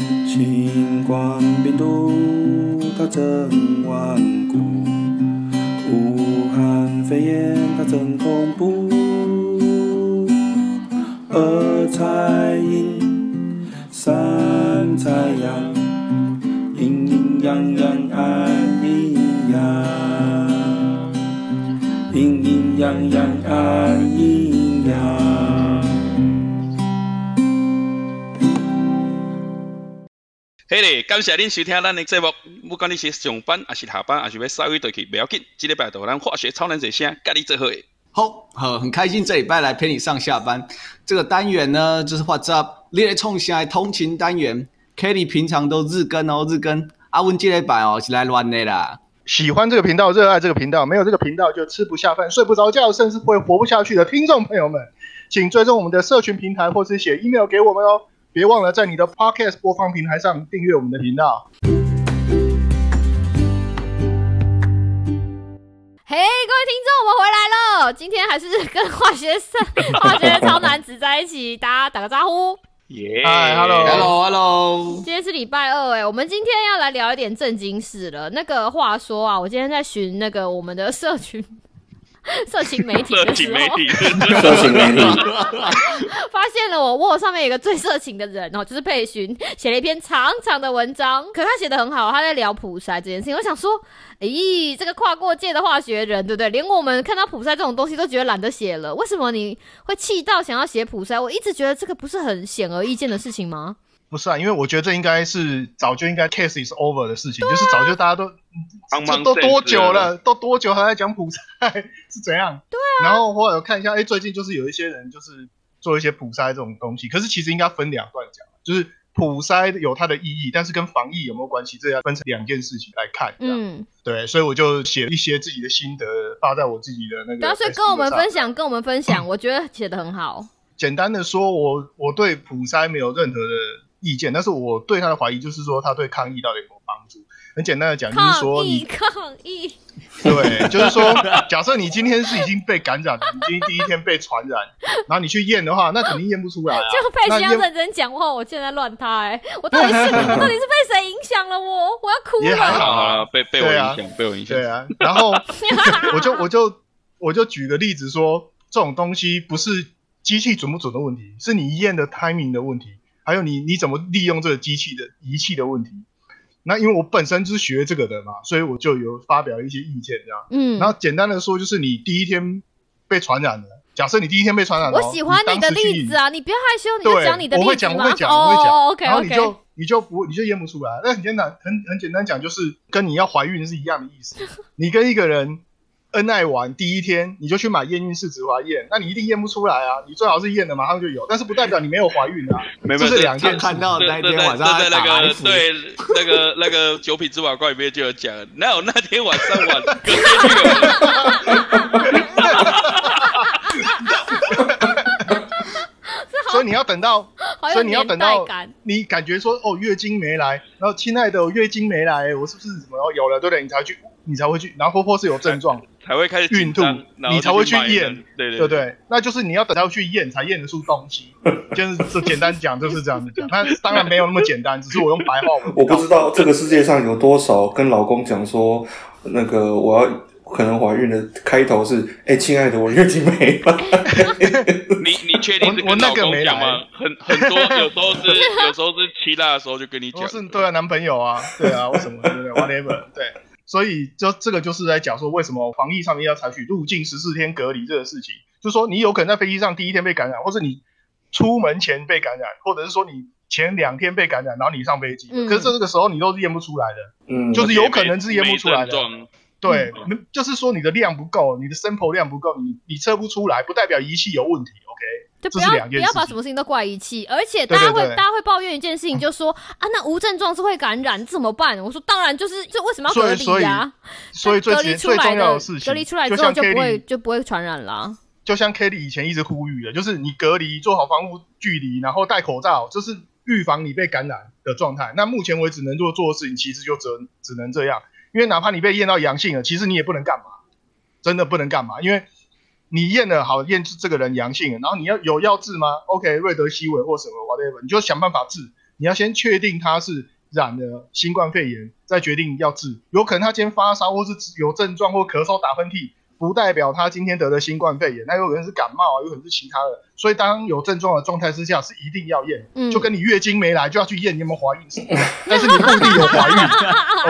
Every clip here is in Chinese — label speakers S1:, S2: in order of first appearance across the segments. S1: 新冠病毒它真顽固，武汉肺炎它真恐怖。二菜阴，三菜阳，阴阴阳阳爱阴阳，阴阴阳阳爱阴阳。
S2: 嘿咧，感谢恁收听咱的节目。不管你是上班，还是下班，还是要稍微倒去，不要紧。这礼拜就咱化学超人一声，甲你做伙的。
S3: 好，好，很开心这礼拜来陪你上下班。这个单元呢，就是 What's Up 列冲下来通勤单元。Kelly 平常都日更哦，日更。阿文这礼拜哦是来乱的啦。
S4: 喜欢这个频道，热爱这个频道，没有这个频道就吃不下饭、睡不着觉，甚至会活不下去的听众朋友们，请追踪我们的社群平台，或是写 email 给我们哦。别忘了在你的 podcast 播放平台上订阅我们的频道。
S5: 嘿各位听众，我们回来了。今天还是跟化学生、 化学超男子在一起，大家打个招呼。
S2: 耶、
S4: 嗨，hello
S3: Hello，Hello，
S5: 今天是礼拜二，哎，我们今天要来聊一点正经事了。那个话说啊，我今天在寻那个我们的社群、 社群媒体
S2: 热
S5: 的
S2: 情
S5: 时
S2: 媒
S5: 候，
S2: 体，
S1: 社群媒体。
S5: 发现了我我上面有一个最色情的人哦，就是佩勋，写了一篇长长的文章，可他写的很好，他在聊普筛这件事情。我想说，咦，这个跨过界的化学人，对不对？连我们看到普筛这种东西都觉得懒得写了，为什么你会气到想要写普筛？我一直觉得这个不是很显而易见的事情吗？
S4: 不是啊，因为我觉得这应该是早就应该 case is over 的事
S5: 啊
S4: 情，就是早就大家都
S2: 茫茫
S4: 这都多久
S2: 政治
S4: 了，都多久还在讲普筛是怎样？对啊。然后后来我看一下，哎，最近就是有一些人就是做一些普筛这种东西，可是其实应该分两段讲，啊就是普筛有它的意义，但是跟防疫有没有关系，这要分成两件事情来看。这样，
S5: 嗯，
S4: 对，所以我就写一些自己的心得，发在我自己的那个 Facebook 上。
S5: 对啊，所以跟我们分享，跟我们分享，我觉得写的很好。
S4: 简单的说，我我对普筛没有任何的意见，但是我对他的怀疑就是说，他对抗疫到底有没有帮助？很简单的讲，就是
S5: 抗
S4: 说
S5: 议，
S4: 你
S5: 抗议，
S4: 对，就是说， 假设你今天是已经被感染了，你今天第一天被传染，然后你去验的话，那肯定验不出来啊。
S5: 就佩
S4: 那
S5: 勋要
S4: 验
S5: 认真讲话，我现在乱他、欸，我到底是 我到底是被谁影响了我？我要哭
S4: 也还
S5: 了。
S4: 好
S2: 啊，
S4: 啊，
S2: 被被我
S4: 对
S2: 影
S4: 啊
S2: 响，被我影响。
S4: 对啊。然后 我就我就我就举个例子说，这种东西不是机器准不准的问题，是你验的 timing 的问题，还有你你怎么利用这个机器的仪器的问题。那因为我本身就是学这个的嘛，所以我就有发表一些意见这样。
S5: 嗯，
S4: 然后简单的说，就是你第一天被传染了，假设你第一天被传染了
S5: 我
S4: 哦，
S5: 喜欢你的例子
S4: 啊，
S5: 啊，你不要害羞，你就
S4: 对，
S5: 讲你的例
S4: 我
S5: 子嘛。
S4: 会讲，我会讲，我会讲。
S5: 哦，OK
S4: 然后你
S5: OK，
S4: 就你就不你就验不出来。那很简单，很很简单讲，就是跟你要怀孕是一样的意思。 你跟一个人恩爱完第一天，你就去买验孕试纸回来验，那你一定验不出来啊！你最好是验了马上就有，但是不代表你没有怀 孕啊。
S2: 没
S4: 这
S2: 没
S4: 是两件
S3: 他
S4: 事。
S3: 看到
S2: 这
S3: 那一
S2: 这
S3: 天
S2: 在
S3: 晚上
S2: 这在
S3: 还
S2: 那
S3: 打
S2: 个
S3: F，
S2: 对那个那个九品芝麻官里面就有讲，那我那天晚上我隔天就有，
S4: 所以你要等到，
S5: 好
S4: 所
S5: 有
S4: 以你要
S5: 年
S4: 等
S5: 代
S4: 到
S5: 感。
S4: 你感觉说哦月经没来，然后亲爱的我月经没来，我是不是怎么有了对不对？你才去，你才会去，然后婆婆是有症状，
S2: 才会开始紧
S4: 孕
S2: 张
S4: 吐，
S2: 然后
S4: 你才会
S2: 就买
S4: 去验
S2: 人，对对
S4: 对不对？那就是你要等到去验才验得出东西，就是这简单讲就是这样子讲。那当然没有那么简单，只是我用白话文。
S1: 我不知道这个世界上有多少跟老公讲说，那个我要可能怀孕的开头是，哎、亲爱的，我月经没了。
S2: 你你确定是
S4: 我我
S2: 跟
S4: 那
S2: 老
S4: 个
S2: 公
S4: 没
S2: 讲
S4: 来
S2: 吗？很很多有时候是有时候是七大的时候就跟你讲
S4: 都
S2: 的，
S4: 是对啊，男朋友啊，对啊，为什么对不对？whatever，对。所以就这个就是在讲说，为什么防疫上面要采取入境十四天隔离这个事情，就是说你有可能在飞机上第一天被感染，或者你出门前被感染，或者是说你前两天被感染，然后你上飞机，
S5: 嗯
S4: 可是这个时候你都是验不出来的，
S1: 嗯，
S4: 就是有可能是验不
S2: 没
S4: 出来的
S2: 症状
S4: 对，
S5: 嗯
S4: 没就是说你的量不够，你的 sample 量不够，你你测不出来，不代表仪器有问题，OK？
S5: 就不
S4: 这是
S5: 要
S4: 两
S5: 不
S4: 件
S5: 要
S4: 事
S5: 把
S4: 情
S5: 什么事情都怪仪器，而且大
S4: 对对
S5: 家会
S4: 对
S5: 大家会抱怨一件事情，就说啊，那无症状是会感染，怎么办？我说当然就是，就为什么要隔
S4: 所以所
S5: 离
S4: 以
S5: 呀？
S4: 所以最
S5: 隔
S4: 最
S5: 离出
S4: 最
S5: 来
S4: 重要
S5: 的
S4: 的事情，
S5: 隔离出来
S4: 就
S5: 之后
S4: 像
S5: 就不会
S4: Kelly
S5: 就不会传染啦。
S4: 就像 Kelly 以前一直呼吁的，就是你隔离做好防护距离，然后戴口罩，这是预防你被感染的状态。那目前为止能做做的事情，其实就只能只能这样，因为哪怕你被验到阳性了，其实你也不能干嘛，真的不能干嘛，因为你验了好验这个人阳性了，然后你要有药治吗？OK，瑞德西韦或什么 whatever，你就想办法治。你要先确定他是染了新冠肺炎，再决定要治。有可能他今天发烧，或是有症状或咳嗽、打喷嚏，不代表他今天得了新冠肺炎，那有可能是感冒啊，有可能是其他的。所以当有症状的状态之下，是一定要验，
S5: 嗯
S4: 就跟你月经没来就要去验你有没有怀孕是一样，但是你目的有怀孕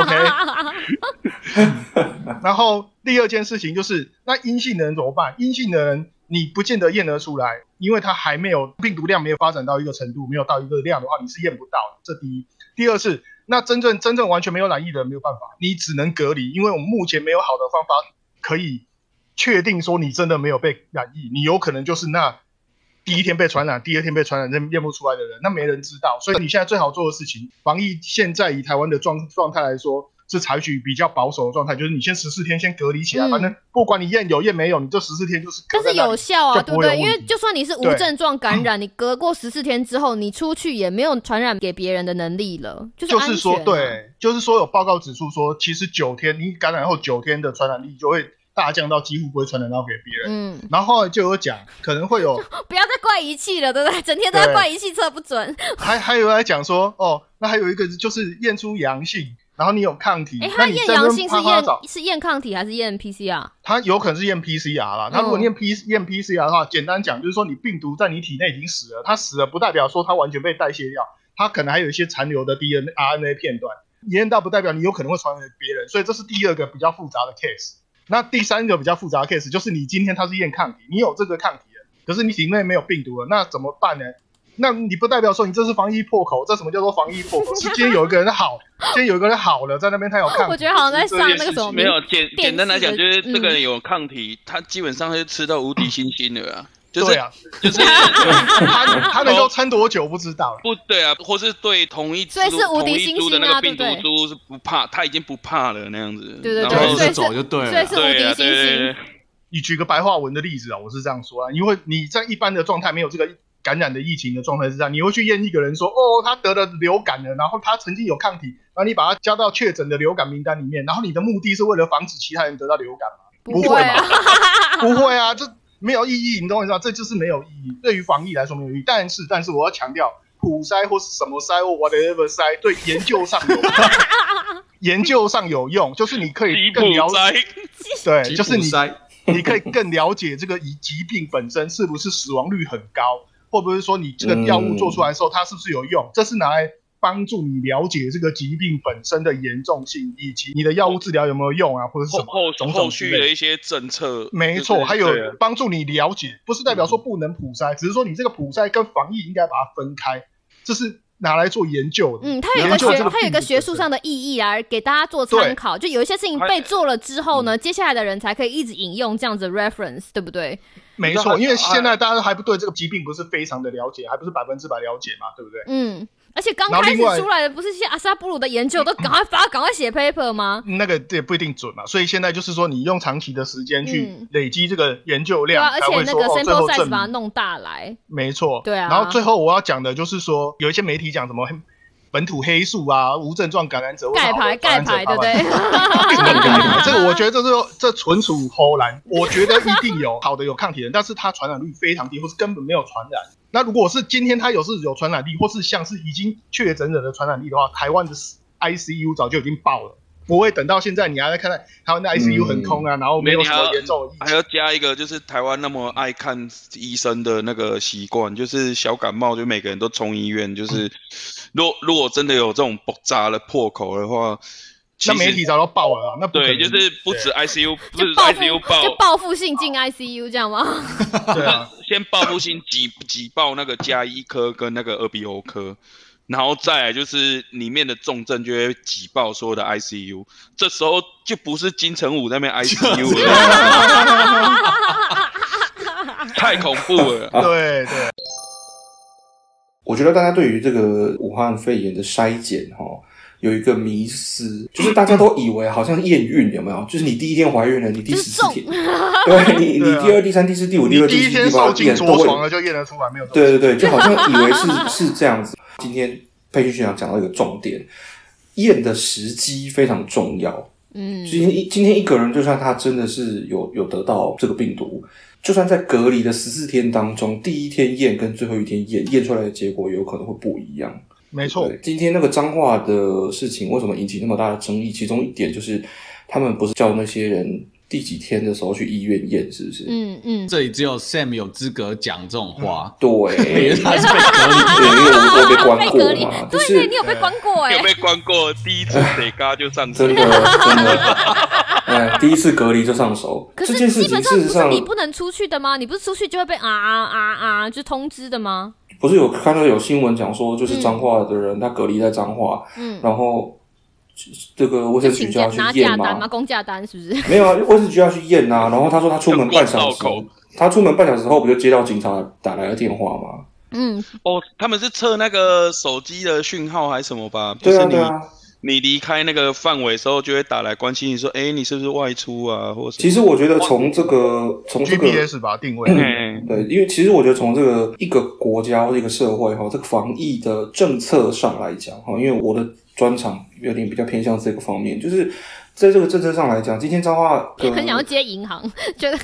S4: ，OK。然后第二件事情就是，那阴性的人怎么办？阴性的人你不见得验得出来，因为他还没有病毒量没有发展到一个程度，没有到一个量的话，你是验不到的。这第一，第二是那真正真正完全没有染疫的人没有办法，你只能隔离，因为我们目前没有好的方法可以确定说你真的没有被染疫，你有可能就是那第一天被传染，第二天被传染认验不出来的人，那没人知道。所以你现在最好做的事情，防疫现在以台湾的状状态来说，是采取比较保守的状态，就是你先十四天先隔离起来，
S5: 嗯
S4: 反正不管你验有验没有，你这十四天就是隔
S5: 但
S4: 在
S5: 是
S4: 那
S5: 有
S4: 里。
S5: 效啊，
S4: 就
S5: 对
S4: 不
S5: 不
S4: 会有
S5: 对？因为
S4: 问题
S5: 就算你是无
S4: 对
S5: 症状感染，你隔过十四天之后，你出去也没有传染给别人的能力了，就是
S4: 就
S5: 安全、啊
S4: 是说，，对，就是说有报告指出说，其实九天你感染后九天的传染力就会大降到几乎不会传染到给别人。
S5: 嗯，
S4: 然后后来就有讲，可能会有
S5: 不要再怪仪器了，对不对？整天都在
S4: 对
S5: 怪仪器测不准。
S4: 还还有在讲说，哦，那还有一个就是验出阳性，然后你有抗体，
S5: 哎、他
S4: 嗯那你
S5: 验
S4: 在那
S5: 阳
S4: 边
S5: 性是
S4: 啪啪
S5: 验
S4: 找，
S5: 是验抗体还是验 PCR？
S4: 他有可能是验 PCR 啦。他如果验 P 验 PCR 的话，简单讲就是说，你病毒在你体内已经死了，它死了不代表说它完全被代谢掉，它可能还有一些残留的 DNA、RNA 片段，验到不代表你有可能会传染给别人，所以这是第二个比较复杂的 case。那第三个比较复杂的 case 就是你今天它是验抗体，你有这个抗体了，可是你体内没有病毒了，那怎么办呢？那你不代表说你这是防疫破口，这什么叫做防疫破口？是今天有一个人好，今天有一个人好了，在那边他有抗体，
S5: 我觉得好像在
S4: 这件
S5: 上
S4: 事
S5: 那个什么
S2: 没有简
S5: 电
S2: 简
S5: 视的嗯
S2: 单来讲，就是这个人有抗体，他基本上是吃到无敌星星的啊，就是
S4: 对啊，哦
S2: 就是
S4: 他他能够撑多久不知道了。
S2: 不对啊，或是对同一株
S5: 所以是无敌
S2: 同
S5: 星
S2: 一株的
S5: 星
S2: 那
S5: 啊
S2: 个病毒
S5: 对不对
S2: 株是不怕，他已经不怕了那样子，
S5: 对对
S2: 然
S5: 对
S2: 后
S3: 就是
S5: 所以是
S3: 走就对
S5: 所以
S3: 了
S5: 是。
S2: 对啊，
S5: 无敌
S2: 对
S5: 星
S2: 对
S5: 星
S2: 对。
S4: 你举个白话文的例子啊，我是这样说啊，因为你在一般的状态没有这个感染的疫情的状态之下，你会去验一个人说，哦，他得了流感了，然后他曾经有抗体，然后你把他加到确诊的流感名单里面，然后你的目的是为了防止其他人得到流感吗？不
S5: 会
S4: 会
S5: 啊，
S4: 吧？不会啊，这没有意义，你懂我意思吗？这就是没有意义，对于防疫来说没有意义。但是，但是我要强调，普筛或是什么筛或 whatever 筛，对研究上有用，研究上有用，就是你可以
S2: 离
S4: 更了
S2: 谱灾，
S4: 对，
S3: 吉
S4: 就是
S3: 普
S4: 你
S3: 赛
S4: 你可以更了解这个疾疾病本身是不是死亡率很高，或不是说你这个药物做出来的时候它是不是有用，这是拿来帮助你了解这个疾病本身的严重性，以及你的药物治疗有没有用啊，或者是
S2: 后
S4: 什
S2: 后
S4: 么种
S2: 后
S4: 种之
S2: 续
S4: 类
S2: 的
S4: 的。
S2: 一些政策，
S4: 没
S2: 就
S4: 错，
S2: 是
S4: 还
S2: 对啊嗯
S4: 有帮助你了解，不是代表说不能普筛，只是说你这个普筛跟防疫应该把它分开，这是拿来做研究的。
S5: 嗯，它有
S4: 研
S5: 一个
S4: 究
S5: 学
S4: 这，
S5: 它有一
S4: 病毒
S5: 个
S4: 本
S5: 学
S4: 身
S5: 术上的意义啊，给大家做参考。就有一些事情被做了之后
S4: 嗯
S5: 呢，接下来的人才可以一直引用这样子的 reference，对不对？
S4: 没
S2: 你知道
S4: 错，
S2: 它
S4: 因为现在大家还不对这个疾病不是非常的了解，还不是百分之百了解嘛，对不对？
S5: 嗯，而且刚
S4: 然后
S5: 开始
S4: 另外
S5: 出来的不是一些阿萨布鲁的研究都赶快发，赶快写 paper 吗？
S4: 那个也不一定准嘛，所以现在就是说，你用长期的时间去
S5: 嗯
S4: 累积这个研究
S5: 对
S4: 量，
S5: 啊，而
S4: 才
S5: 且
S4: 会
S5: 那
S4: 说
S5: 个
S4: 哦，最
S5: sample
S4: 后
S5: size
S4: 证
S5: 把它
S4: 明
S5: 弄大来，
S4: 没错。
S5: 对啊
S4: 然后最后我要讲的就是说，有一些媒体讲什么本土黑素啊、无症状感染者，
S5: 盖牌盖牌，对不对？
S4: 不能盖牌，这个我觉得这是这纯属偷懒。我觉得一定有好的有抗体人，但是它传染率非常低，或是根本没有传染。那如果是今天他有是有传染力，或是像是已经确诊者的传染力的话，台湾的 ICU 早就已经爆了，不会等到现在你还在看待台湾的 ICU 很空
S2: 嗯
S4: 啊，然后没有什么严重的疫
S2: 还
S4: 情。
S2: 要加一个，就是台湾那么爱看医生的那个习惯，就是小感冒就每个人都冲医院，
S4: 嗯
S2: 就是如果如果真的有这种爆炸的破口的话，其
S4: 那
S2: 实
S4: 媒体早就爆了啊，那不可
S2: 对，
S4: 能
S2: 就是不止 ICU，不
S5: 就
S2: 止
S5: 报
S2: ICU
S5: 复
S2: 爆，
S5: 就报复性进 ICU 这样吗？
S4: 对啊，
S2: 先报复性挤挤爆那个加医科跟那个耳鼻喉科，然后再来就是里面的重症就会挤爆所有的 ICU，这时候就不是金城武那边 ICU 了，太恐怖了。
S4: 对对，
S1: 我觉得大家对于这个武汉肺炎的筛检哈、哦，有一个迷思，就是大家都以为好像验孕有没有？就是你第一天怀孕了，你第
S5: 就是
S1: 十四
S5: 中
S1: 天，对
S4: 对
S1: 你你
S4: 啊
S1: 第二、第三、第四、第五、
S4: 你
S1: 第六、
S4: 第一
S1: 七、
S4: 天
S1: 第八
S4: 受
S1: 天
S4: 精
S1: 都
S4: 着
S1: 会
S4: 床了就验得出来，没有这种
S1: 对对对，就好像以为是是这样子。今天培训学长讲到一个重点，验的时机非常重要。
S5: 嗯，
S1: 今天一今天一个人，就算他真的是有有得到这个病毒，就算在隔离的十四天当中，第一天验跟最后一天验验出来的结果有可能会不一样。
S4: 没
S5: 哦
S4: 错，
S1: 对今天那个脏话的事情为什么引起那么大的争议？其中一点就是他们不是叫那些人第几天的时候去医院验，是不是？
S5: 嗯嗯，
S3: 这里只有 Sam 有资格讲这种话，别
S1: 对
S3: 人。他是被隔离。
S1: 对，因为我们都被关
S5: 被隔离
S1: 过嘛，就
S5: 对
S1: 是
S5: 对，你有被关过哎、
S2: 有被关过，第一次谁嘎就上车
S1: 真的，真的，哎，第一次隔离就上手，
S5: 可
S1: 这
S5: 是
S1: 件事
S5: 基
S1: 情
S5: 本
S1: 事实
S5: 不是
S1: 上
S5: 你不能出去的吗？你不是出去就会被啊啊啊啊就通知的吗？
S1: 不是有看到有新闻讲说，就是彰化的人他隔离在彰化，
S5: 嗯，
S1: 然后这个卫
S5: 就
S1: 生局
S5: 请
S1: 就
S5: 假
S1: 要去
S5: 拿假
S1: 验
S5: 单吗？
S1: 嘛，
S5: 公假单是不是？
S1: 没有啊，卫生局要去验呐、然后他说他出门半小
S2: 就
S1: 时
S2: 过道口，
S1: 他出门半小时后不就接到警察打来的电话吗？
S5: 嗯，
S2: 哦，他们是测那个手机的讯号还是什么吧？就
S1: 对
S2: 是
S1: 啊，
S2: 你、
S1: 对啊。
S2: 你离开那个范围的时候，就会打来关心你说，哎，你是不是外出啊，或者
S1: 其实我觉得从这个从这个
S4: GPS 吧定位，
S2: 哎，
S1: 对，因为其实我觉得从这个一个国家或者一个社会哈，这个防疫的政策上来讲哈，因为我的专长有点比较偏向这个方面，就是在这个政策上来讲，今天彰化 的
S5: 很想要接银行，觉得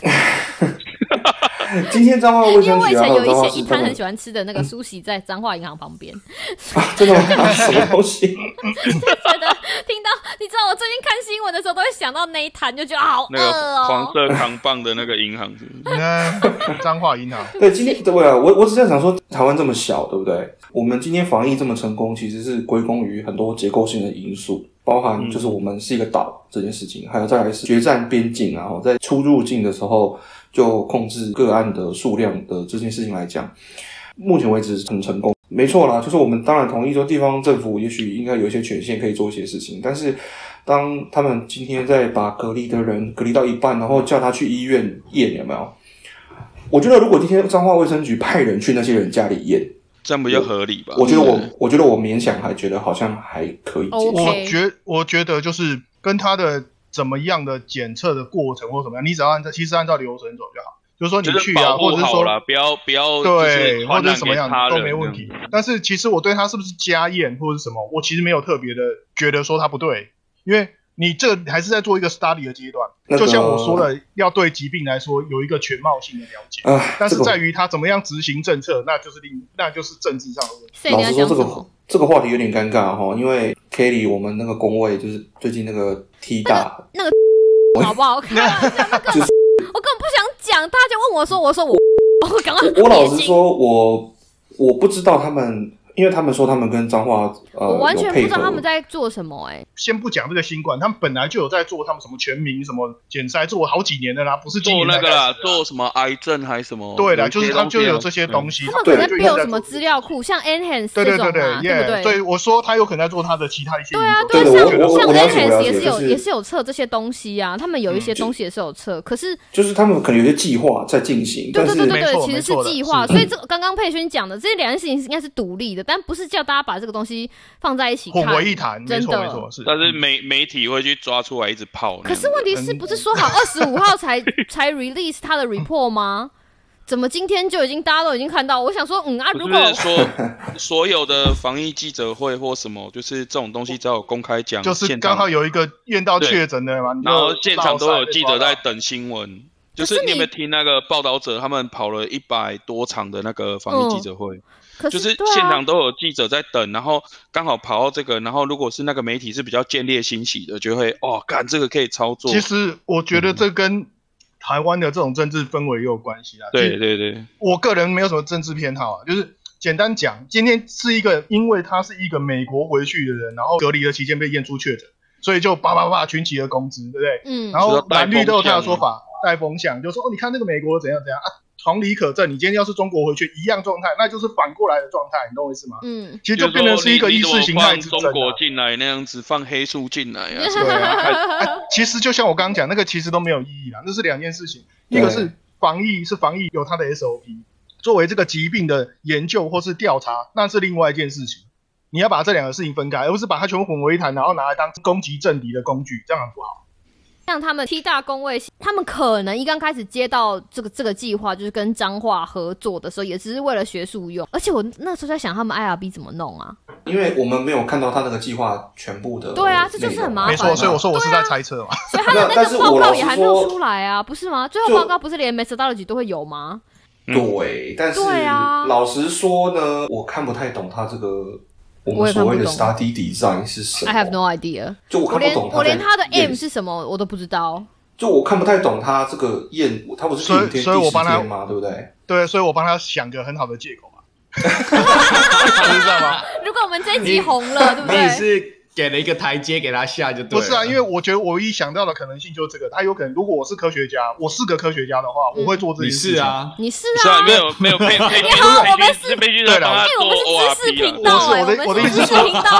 S1: 今天彰化卫
S5: 因为
S1: 生
S5: 我以
S1: 局啊
S5: 前
S1: 还
S5: 有
S1: 有彰化
S5: 一些
S1: 市
S5: 一
S1: 他
S5: 摊
S1: 们
S5: 很喜欢吃的那个苏喜在彰化银行旁边，
S1: 啊，真的吗？啊什么东 西？
S5: 觉得听到你知道我最近看新闻的时候都会想到那一摊，就觉得好
S2: 那
S5: 饿
S2: 个黄
S5: 哦。
S2: 色扛棒的那个银行是不是
S4: 那彰化嗯银行
S1: 对，今天对啊，我我只是在想说，台湾这么小，对不对？我们今天防疫这么成功，其实是归功于很多结构性的因素，包含就是我们是一个岛这件事情，还有再来是决战边境啊，然后在出入境的时候就控制个案的数量的这件事情来讲，目前为止很成功。没错啦，就是我们当然同意说，地方政府也许应该有一些权限可以做一些事情，但是当他们今天在把隔离的人隔离到一半，然后叫他去医院验，有没有？我觉得如果今天彰化卫生局派人去那些人家里验，
S2: 这样比较合理吧？
S1: 我觉得
S4: 嗯
S1: 我我觉得我勉强还觉得好像还可以接受。
S5: OK
S4: 我觉我觉得就是跟他的怎么样的检测的过程或怎么样，你只要按照其实按照流程走就好，就是说你
S2: 就是
S4: 去
S2: 保
S4: 啊，
S2: 护
S4: 或者是
S2: 好
S4: 说
S2: 了，不要不要就是
S4: 对，或
S2: 传
S4: 者
S2: 染
S4: 是什么
S2: 给
S4: 样
S2: 他
S4: 都
S2: 人
S4: 没问题
S2: 这样。
S4: 但是其实我对他是不是家宴或者是什么，我其实没有特别的觉得说他不对，因为你这还是在做一个 study 的阶段。
S1: 那个
S4: 就像我说的，要对疾病来说有一个全貌性的了解，
S1: 啊，
S4: 但是
S1: 这个
S4: 在于他怎么样执行政策，那就是另那就是政治上的问题。
S5: 所以
S1: 老
S5: 你要讲
S1: 实说，这
S5: 什
S1: 个
S5: 么？
S1: 这个话题有点尴尬哈，因为 Kelly 我们那个工位就是最近那个 T 大，
S5: 好不好 看？我根本
S1: 就是
S5: 我根本不想讲，他就问我说，我说 我我刚刚
S1: 我我老实说，我我不知道他们，因为他们说他们跟彰化呃
S5: 我完全
S1: 有
S5: 不
S1: 配
S5: 知
S1: 合
S5: 道他们在做什么哎、
S4: 先不讲这个新冠，他们本来就有在做他们什么全民什么减筛，做好几年的啦，不是今
S2: 做
S4: 年
S2: 那
S4: 才
S2: 个啦，
S4: 开始的
S2: 做什么癌症还是什么？
S4: 对
S2: 啦，
S4: 啦，就是他们就有这些东
S2: 西啊
S1: 啊
S4: 西，
S5: 他们可能在
S4: 对就一直
S5: build
S4: 在
S5: 什么
S4: 做
S5: 资料库，像 Enhance
S4: 对
S5: 这
S4: 对
S5: 种
S4: 对
S5: 嘛，
S4: 耶
S5: 不
S4: 所以我说他有可能在做他的其他一些运
S5: 对啊，
S4: 动
S5: 对啊，像
S1: 对我我
S5: 像
S1: 我了解我
S5: Enhance
S1: 了解
S5: 也是
S1: 就
S5: 有
S1: 是嗯
S5: 也是有测这些东西啊，他们有一些东西也是有测，可是
S1: 就是他们可能有些计划在进行，
S5: 对
S1: 但
S5: 对
S1: 是
S5: 对对
S4: 没
S5: 对，
S4: 错
S5: 其实
S4: 没错
S5: 是
S4: 的
S5: 计划，
S4: 是
S5: 所以这个刚刚佩轩讲的这两件事情应该是独立的，但不是叫大家把这个东西放在一起看
S4: 混为一谈，没
S5: 真
S4: 错没错
S5: 的。
S4: 是。
S2: 嗯但是媒媒体会去抓出来一直泡那样。
S5: 可是问题是不是说 好二十五号才才 release 他的 report 吗？怎么今天就已经大家都已经看到？我想说，嗯 啊，如
S2: 不
S5: 果
S2: 是说 所有的防疫记者会或什么，就是这种东西只要有公开讲，
S4: 就是
S2: 现
S4: 刚
S2: 场
S4: 好有一个验到确诊的嘛，你就
S2: 然后现场都有记者在
S4: 绕赛被抓到
S2: 等新闻。
S5: 可
S2: 就是是你有没有
S5: 你
S2: 听那个报道者，他们跑了一百多场的那个防疫记者会，
S5: 可
S2: 就是是
S5: 对啊
S2: 现场都有记者在等，然后刚好跑到这个，然后如果是那个媒体是比较见猎欣喜的，就会哦，干这个可以操作。
S4: 其实我觉
S2: 嗯
S4: 得这跟台湾的这种政治氛围也有关系啦。啊
S2: 对，对对，
S4: 我个人没有什么政治偏好啊，就是简单讲，今天是一个因为他是一个美国回去的人，然后隔离的期间被验出确诊，所以就叭叭叭群起而攻之，对不对？
S5: 嗯
S4: 然，后
S2: 带
S4: 蓝绿都有他
S2: 风向啊
S4: 的说法，带风向就说哦，你看那个美国怎样怎样啊，同理可证，你今天要是中国回去一样状态，那就是反过来的状态，你懂我意思吗？
S5: 嗯，
S4: 其实就变成是一个
S2: 就
S4: 意
S2: 是说
S4: 识
S2: 你
S4: 形态
S2: 你
S4: 之
S2: 怎么
S4: 争、
S2: 放中
S4: 啊
S2: 国。进来那样子，放黑素进来啊，
S4: 对
S2: 还
S4: 啊，哎其实就像我刚刚讲，那个其实都没有意义啦，那是两件事情，一
S1: 对
S4: 个是防疫是防疫有它的 SOP，作为这个疾病的研究或是调查，那是另外一件事情。你要把这两个事情分开，而不是把它全部混为一谈，然后拿来当攻击政敌的工具，这样很不好。
S5: 像他们 T 大工位，他们可能一刚开始接到这个这个计划，就是跟彰化合作的时候，也只是为了学术用。而且我那时候在想，他们 IRB 怎么弄啊？
S1: 因为我们没有看到他那个计划全部的内容。
S5: 对啊这就是很麻烦
S4: 没错，所以我说我是
S5: 对啊
S4: 在猜测嘛。
S5: 所以他的
S1: 那
S5: 那
S1: 但是
S5: 个
S1: 我
S5: 报告
S1: 老
S5: 也
S1: 实
S5: 还没有
S1: 说
S5: 出来啊，不是吗？最后
S1: 就
S5: 报告不是连 methodology 都会有吗？
S4: 嗯
S1: 对，但是
S5: 对啊
S1: 老实说呢，我看不太懂他这个我
S5: 我
S1: 们
S5: 也看
S1: 所
S5: 不
S1: 谓的
S5: 懂
S1: study design 是什么
S5: I have no idea。
S1: 就我
S5: 我
S1: 看
S5: 连
S1: 不懂
S5: 我连
S1: 他
S5: 他的
S1: 在
S5: M
S1: 演
S5: 是什么我都不知道。
S1: 就我看不太懂他这个厌恶，他不是
S4: 所以
S1: 第五天
S4: 所以
S1: 第
S4: 我
S1: 十
S4: 帮他
S1: 天嘛，对不对？
S4: 对，所以我帮他想个很好的借口嘛，你知道吗？
S5: 如果我们这一集红了，对不
S3: 你也
S5: 对？
S3: 是给了一个台阶给他下就对
S4: 不
S3: 了。
S4: 是啊，因为我觉得我一想到的可能性就是这个，他有可能如果我是科学家，我是个科学家的话，
S5: 嗯
S4: 我会做这
S3: 你
S4: 件事
S3: 是
S4: 情。
S3: 啊，
S5: 你是
S2: 是
S5: 啊
S2: 啊，，没有没有佩佩君，
S5: 好我们
S2: 佩君佩君在帮他
S5: 哎，
S2: 做
S5: 我们是知识
S2: ORP
S5: 频
S2: 了。
S5: 道
S4: 我是
S5: 哎，
S4: 我的
S5: 我
S4: 我的
S5: 们是
S4: 意
S5: 知
S4: 思
S5: 识
S4: 是
S5: 频 道。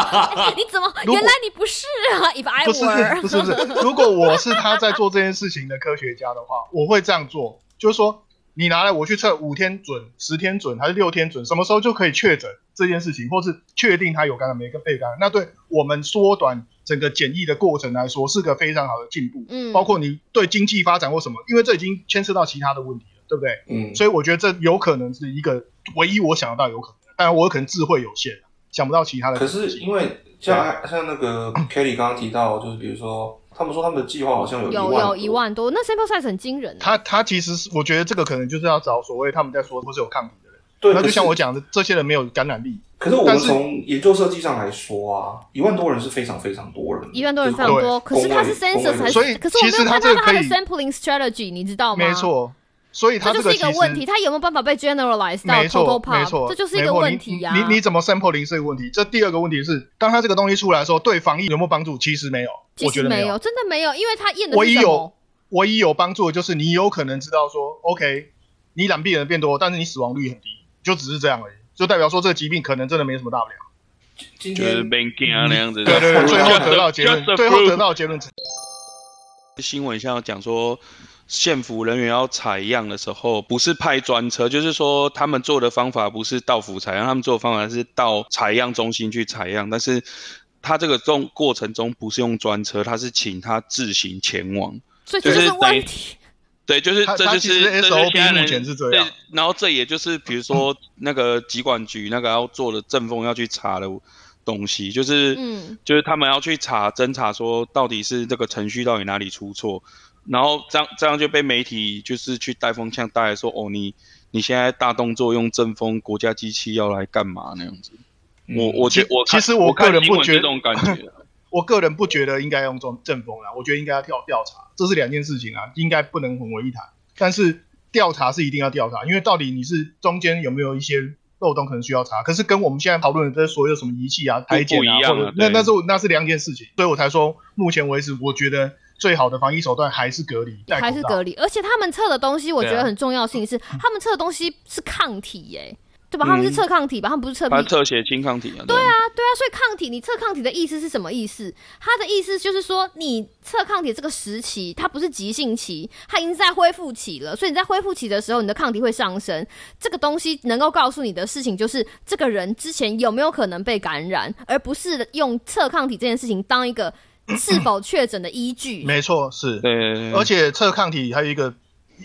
S5: 哎你怎么？
S4: 如果
S5: 原来你不是啊，If I
S4: 不是
S5: were，
S4: 不是不是，如果我是他在做这件事情的科学家的话，我会这样做，就是说你拿来我去测五天准、十天准还是六天准，什么时候就可以确诊这件事情，或是确定他有感染没跟被感染，那对我们缩短整个检疫的过程来说是个非常好的进步，
S5: 嗯
S4: 包括你对经济发展或什么，因为这已经牵涉到其他的问题了，对不对？
S1: 嗯，
S4: 所以我觉得这有可能是一个唯一我想得到有可能的，当然我可能智慧有限，想不到其他的
S1: 可
S4: 能
S1: 是
S4: 性
S1: 因为像像那个 Kelly 刚刚提到，就是比如说他们说他们的计划好像有一
S5: 有
S1: 万
S5: 有
S1: 多
S5: 一万多，那 sample size 很惊人啊。
S4: 他他其实是，我觉得这个可能就是要找所谓他们在说不是有抗体的人，
S1: 对，
S4: 那就
S1: 可是
S4: 像我，讲的，这些人没有感染力，
S1: 可是我们
S4: 但是
S1: 从研究设计上来说啊，一万多人是非常非常多人的，
S5: 一万多人非常多，可
S1: 就是是公
S5: 它是
S1: 公卫
S5: census 还
S4: 所以
S5: 是？可是我没
S4: 其实
S5: 有看
S4: 它这
S5: 到
S4: 个
S5: 它的
S4: 可以
S5: sampling strategy，你知道吗？
S4: 没，错。所以他
S5: 这就
S4: 个
S5: 是
S4: 其
S5: 一
S4: 实
S5: 个问题，它有没有办法被 generalize 到
S4: 没
S5: total
S4: 错，没
S5: pop？
S4: 错，
S5: 这就是一个
S4: 没错
S5: 问题呀。
S4: 你你你怎么 sample 零是一个问题，这第二个问题是，当他这个东西出来的时候，对防疫有没有帮助？其实没有，
S5: 其
S4: 我觉
S5: 实
S4: 得
S5: 没
S4: 有。
S5: 有，真的没有，因为它验的
S4: 唯
S5: 是
S4: 一
S5: 什么
S4: 有？唯一有帮助的就是你有可能知道说，OK，你染病人变多，但是你死亡率很低，就只是这样而已，就代表说这个疾病可能真的没什么大不了。
S1: 今
S2: 就是
S1: 天
S2: banking 啊那样子的，
S4: 对对对，最后得到结
S2: Just a
S4: 论，最后
S2: fruit
S4: 得到结论只
S2: 新闻像讲说，县府人员要采样的时候，不是派专车，就是说他们做的方法不是到府采样，他们做的方法是到采样中心去采样，但是他这个中过程中不是用专车，他是请他自行前往。
S5: 所以这
S2: 就是是等于
S5: 问 题。
S2: 对，就是
S4: 他
S2: 这
S4: 他
S2: 就
S4: 其
S2: 是
S4: 实
S2: 这就是
S4: SOP
S2: 现在
S4: 目
S2: 人
S4: 前是这
S2: 对
S4: 样，
S2: 然后这也就是比如说那个疾管局那个要做的政风要去查的东西，就是
S5: 嗯
S2: 就是他们要去查侦查说到底是这个程序到底哪里出错，然后这样这样就被媒体就是去带风向带来说哦你你现在大动作用政风国家机器要来干嘛那样子，我我觉
S4: 其
S2: 我看
S4: 其实我
S2: 我看
S4: 个人不
S2: 新闻是
S4: 觉
S2: 这种感觉啊，
S4: 我个人不觉得应该用这种政风啦，我觉得应该要调调查，这是两件事情啊，应该不能混为一谈。但是调查是一定要调查，因为到底你是中间有没有一些漏洞可能需要查，可是跟我们现在讨论的这所有什么仪器啊、台检
S2: 不一
S4: 啊，
S2: 样啊
S4: 或者那
S2: 对
S4: 那是那是两件事情，所以我才说目前为止，我觉得最好的防疫手段还是隔离，戴口罩
S5: 还是隔离，而且他们测的东西，我觉
S4: 对
S5: 得
S4: 啊
S5: 很重要性是，他们测的东西是抗体耶、对
S4: 嗯
S5: 吧？他们是测抗体吧？他们不是测 P
S2: 他
S5: 啊，对
S2: 特写清抗体啊，对啊，
S5: 啊，所以抗体，你测抗体的意思是什么意思？它的意思就是说，你测抗体这个时期，它不是急性期，它已经在恢复期了，所以你在恢复期的时候，你的抗体会上升。这个东西能够告诉你的事情，就是这个人之前有没有可能被感染，而不是用测抗体这件事情当一个是否确诊的依据。
S4: 没错，是。
S2: 对对对对
S4: 而且测抗体还有一个，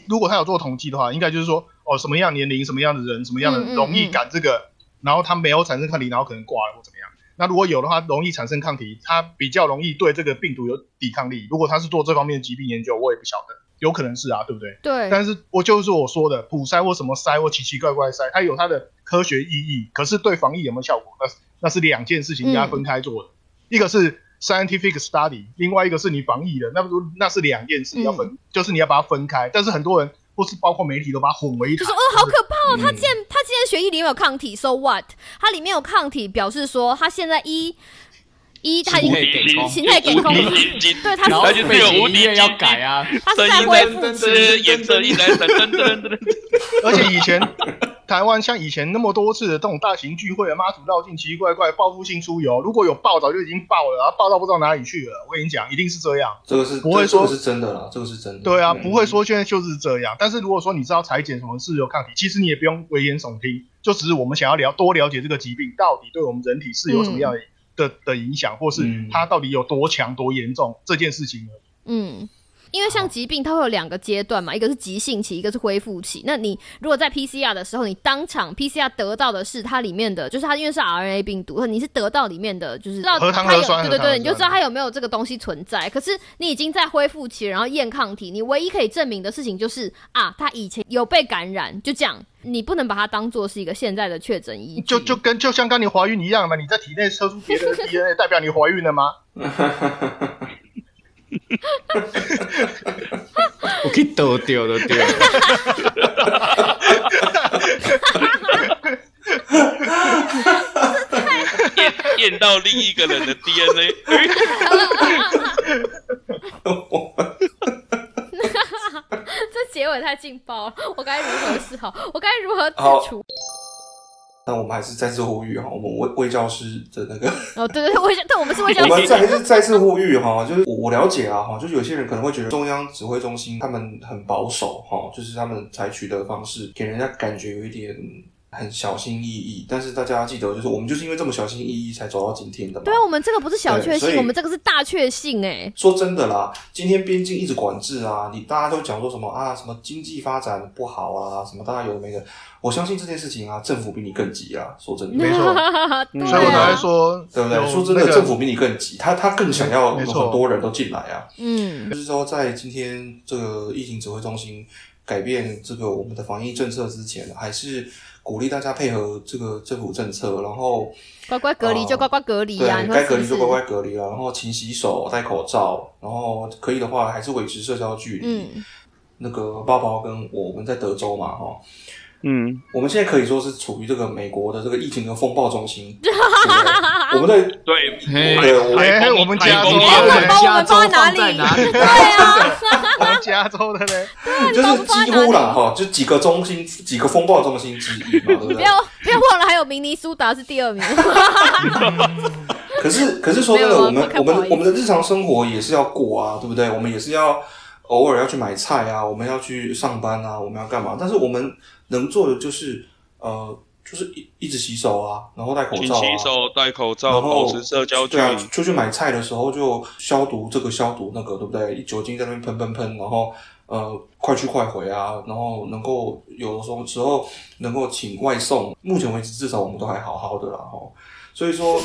S4: 如果他有做统计的话，应该就是说哦，什么样年龄、什么样的人、什么样的
S5: 嗯嗯
S4: 人容易感这个，然后他没有产生抗体，然后可能挂了或怎么样。那如果有的话，容易产生抗体，他比较容易对这个病毒有抵抗力。如果他是做这方面的疾病研究，我也不晓得，有可能是啊，对不对？
S5: 对，
S4: 但是我就是我说的普筛或什么筛或奇奇怪怪筛，它有它的科学意义，可是对防疫有没有效果，那是那是两件事
S5: 嗯
S4: 情，应该分开做的。一个是 scientific study，另外一个是你防疫的，那不那是两件事要分，
S5: 嗯
S4: 就是你要把它分开。但是很多人或是包括媒体都把它混为一
S5: 就
S4: 谈
S5: 说，哦，好可怕哦！
S4: 嗯
S5: 他竟然他竟然血液里面有抗体，so what？它里面有抗体，表示说他现在一一他已
S3: 形
S5: 经
S3: 态给空
S5: 形态给空，
S2: 无敌金
S5: 对，
S2: 然
S5: 他
S2: 后
S5: 是
S2: 就
S3: 背
S2: 是有无
S3: 景音
S2: 敌
S3: 乐
S2: 金
S3: 要改啊，
S5: 他
S2: 声
S5: 是
S2: 音
S5: 在恢复
S2: 在
S5: 期，
S2: 是颜色一直在噔噔噔噔噔。
S4: 而且以前台湾像以前那么多次的这种大型聚会，啊妈祖绕境奇奇怪怪，报复性出游，如果有报早就已经报了，然后报到不知道哪里去了。我跟你讲，一定是这样。
S1: 这个是
S4: 不会
S1: 这个
S4: 说
S1: 是真的啦，这个是真的，
S4: 对啊，
S1: 嗯
S4: 不会说现在就是这样。但是如果说你知道裁剪什么是有抗体，其实你也不用危言耸听，就只是我们想要了多了解这个疾病到底对我们人体是有什么样的、的的影响，或是
S1: 嗯
S4: 它到底有多强、多严重这件事情而已。
S5: 嗯，因为像疾病它会有两个阶段嘛，一个是急性期，一个是恢复期。那你如果在 PCR 的时候，你当场 PCR 得到的是它里面的，就是它因为是 RNA 病毒，你是得到里面的，就是知道
S4: 核糖
S5: 它有
S4: 核酸
S5: 对对
S4: 核糖核
S5: 对，
S4: 酸
S5: 你就知道它有没有这个东西存在。可是你已经在恢复期，然后验抗体，你唯一可以证明的事情就是啊，他以前有被感染，就这样，你不能把它当做是一个现在的确诊依据。
S4: 就就跟就像跟你怀孕一样嘛，你在体内测出别人的 DNA，代表你怀孕了吗？
S3: 我去倒掉就对了。
S2: 验验到另一个人的 DNA，
S5: 这结尾太劲爆了，我该如何是好？我该如何自
S1: 好
S5: 处？
S1: 但我们还是再次呼吁哈，我们卫卫教师的那个，
S5: 哦，对对对，我也对我们是会这
S1: 我
S5: 样
S1: 们
S5: 子。
S1: 再次再次呼吁哈，就是我我了解啊哈，就是有些人可能会觉得中央指挥中心他们很保守哈，就是他们采取的方式给人家感觉有一点很小心翼翼，但是大家记得，就是我们就是因为这么小心翼翼才走到今天的嘛。
S5: 对啊，我们这个不是小
S1: 对
S5: 确
S1: 所以
S5: 幸，我们这个是大确幸哎。
S1: 说真的啦，今天边境一直管制啊，你大家都讲说什么啊，什么经济发展不好啊，什么大家有的没的。我相信这件事情啊，政府比你更急啊。说真的，
S4: 没错
S5: 对
S1: 嗯
S4: 所以我才
S5: 啊
S4: 会，说，
S1: 对不对？
S4: 有
S1: 说真的，
S4: 那个
S1: 政府比你更急，他他更想要
S4: 没
S1: 有
S4: 错
S1: 很多人都进来啊。
S5: 嗯，
S1: 就是说，在今天这个疫情指挥中心改变这个我们的防疫政策之前，还是鼓励大家配合这个政府政策，然后
S5: 乖乖隔离就乖乖隔离
S1: 哦对
S5: 呀，，你说
S1: 该
S5: 是
S1: 隔
S5: 不
S1: 离
S5: 是
S1: 就？乖乖隔离啊了，然后勤洗手、戴口罩，然后可以的话还是维持社交距离。
S5: 嗯，
S1: 那个包包跟我我们在德州嘛，哈，
S2: 嗯，
S1: 我们现在可以说是处于这个美国的这个疫情的风暴 中心。对不对我们
S2: 对，
S1: 在
S3: 嘿，
S1: 对我
S4: 哎、
S2: 台风
S4: 我们
S2: 台
S4: 加州
S2: 风
S5: 哎，
S4: 的
S5: 我们
S4: 嘞，
S5: 包我
S3: 加
S5: 们
S3: 州
S5: 包在哪
S3: 放在
S5: 里？
S3: 哪里
S5: 对啊，
S4: 我们加州的嘞，
S1: 就是几乎了哈，就几个中心几个风暴中心之一嘛，对不
S5: 不
S1: 对？
S5: 要不要忘了，还有明尼苏达是第二名。
S1: 可是可是说真
S5: 没有
S1: 的，我们
S5: 不看
S1: 我
S5: 不好意
S1: 们
S5: 思
S1: 我们的日常生活也是要过啊，对不对？我们也是要偶尔要去买菜啊，我们要去上班啊，我们要干嘛？但是我们能做的就是呃，就是一一直洗手啊，然后戴口
S2: 勤
S1: 罩啊，
S2: 洗手、戴口罩、
S1: 然后
S2: 保持社交距
S1: 对啊
S2: 离，，
S1: 出去买菜的时候就消毒这个消毒那个，对不对？酒精在那边喷喷喷，然后呃快去快回啊，然后能够有的时候时候能够请外送，目前为止至少我们都还好好的啦吼。所以说，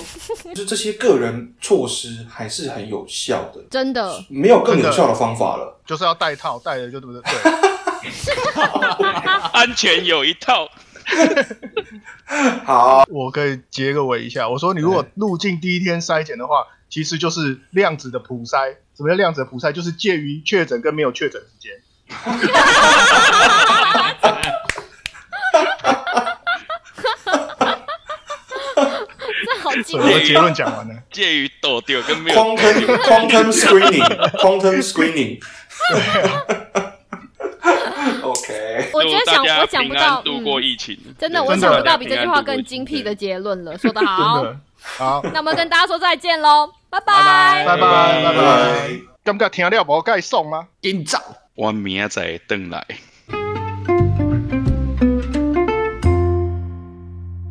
S1: 就这些个人措施还是很有效的，
S5: 真的，
S1: 没有更有效的方法了。
S4: 就是要戴套，戴了就对不对？对。
S2: 安全有一套。
S1: 好，
S4: 我可以结个尾一下，我说你如果入境第一天筛检的话，其实就是量子的普筛。什么叫量子的普筛？就是介于确诊跟没有确诊之间。
S5: 这好
S4: 所
S5: 经
S4: 以我
S5: 典。
S4: 的结论讲完了。
S2: 介于抖掉跟没有
S1: quantum quantum screening，quantum screening，OK 。OK
S5: 我觉得
S2: 祝
S5: 想
S2: 大家
S5: 我讲不
S2: 平安
S5: 到，嗯
S2: 度过疫情。
S5: 真的，
S2: 对
S5: 我
S4: 真的
S5: 想不到比
S2: 大
S5: 这
S2: 家平
S5: 句
S2: 安
S5: 话
S2: 度过
S5: 更
S2: 疫情
S5: 精辟
S2: 对
S5: 的结论了。 说得
S4: 真
S5: 哎好，
S4: 的，好，
S5: 那我们跟大家说再见喽，拜拜
S4: 拜。拜拜
S1: 拜拜
S4: 拜。感觉听了无介爽吗？
S3: 紧张。
S2: 我明仔再回来。